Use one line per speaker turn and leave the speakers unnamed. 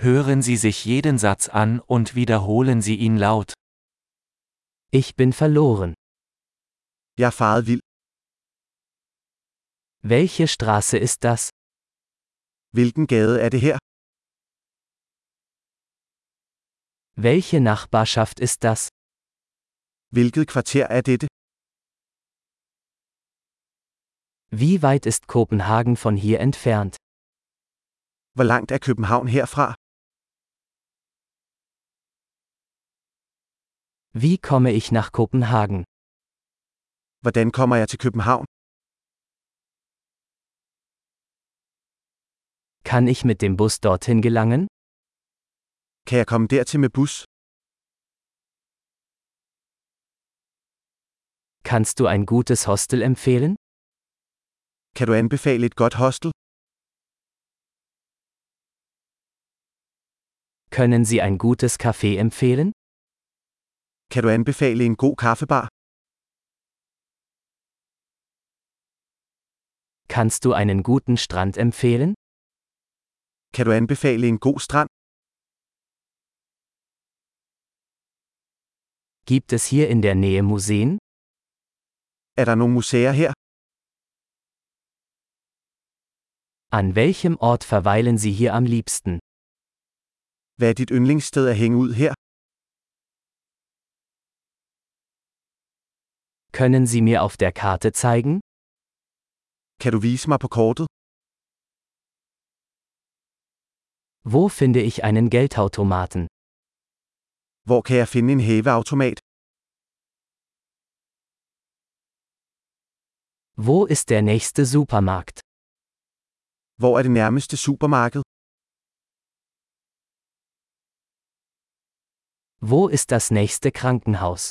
Hören Sie sich jeden Satz an und wiederholen Sie ihn laut.
Ich bin verloren.
Jeg er faret vild.
Welche Straße ist das?
Hvilken gade er det her?
Welche Nachbarschaft ist das?
Hvilket kvarter er dette?
Wie weit ist Kopenhagen von hier entfernt?
Hvor langt er København herfra?
Wie komme ich nach Kopenhagen?
Hvordan kommer jeg til København?
Kann ich mit dem Bus dorthin gelangen?
Kan jeg komme dertil med bus?
Kannst du ein gutes Hostel empfehlen?
Kan du anbefale et godt hostel?
Können Sie ein gutes Café empfehlen?
Kan du anbefale en god kaffebar?
Kannst du einen guten Strand empfehlen?
Kan du anbefale en god strand?
Gibt es hier in der Nähe Museen?
Er der nogle museer her?
An welchem Ort verweilen Sie hier am liebsten?
Hvad er dit yndlingssted at hænge ud her?
Können Sie mir auf der Karte zeigen?
Kan du vise mig på kortet?
Wo finde ich einen Geldautomaten?
Hvor kan jeg finde en hæveautomat?
Wo ist der nächste Supermarkt?
Hvor er det nærmeste supermarked?
Wo ist das nächste Krankenhaus?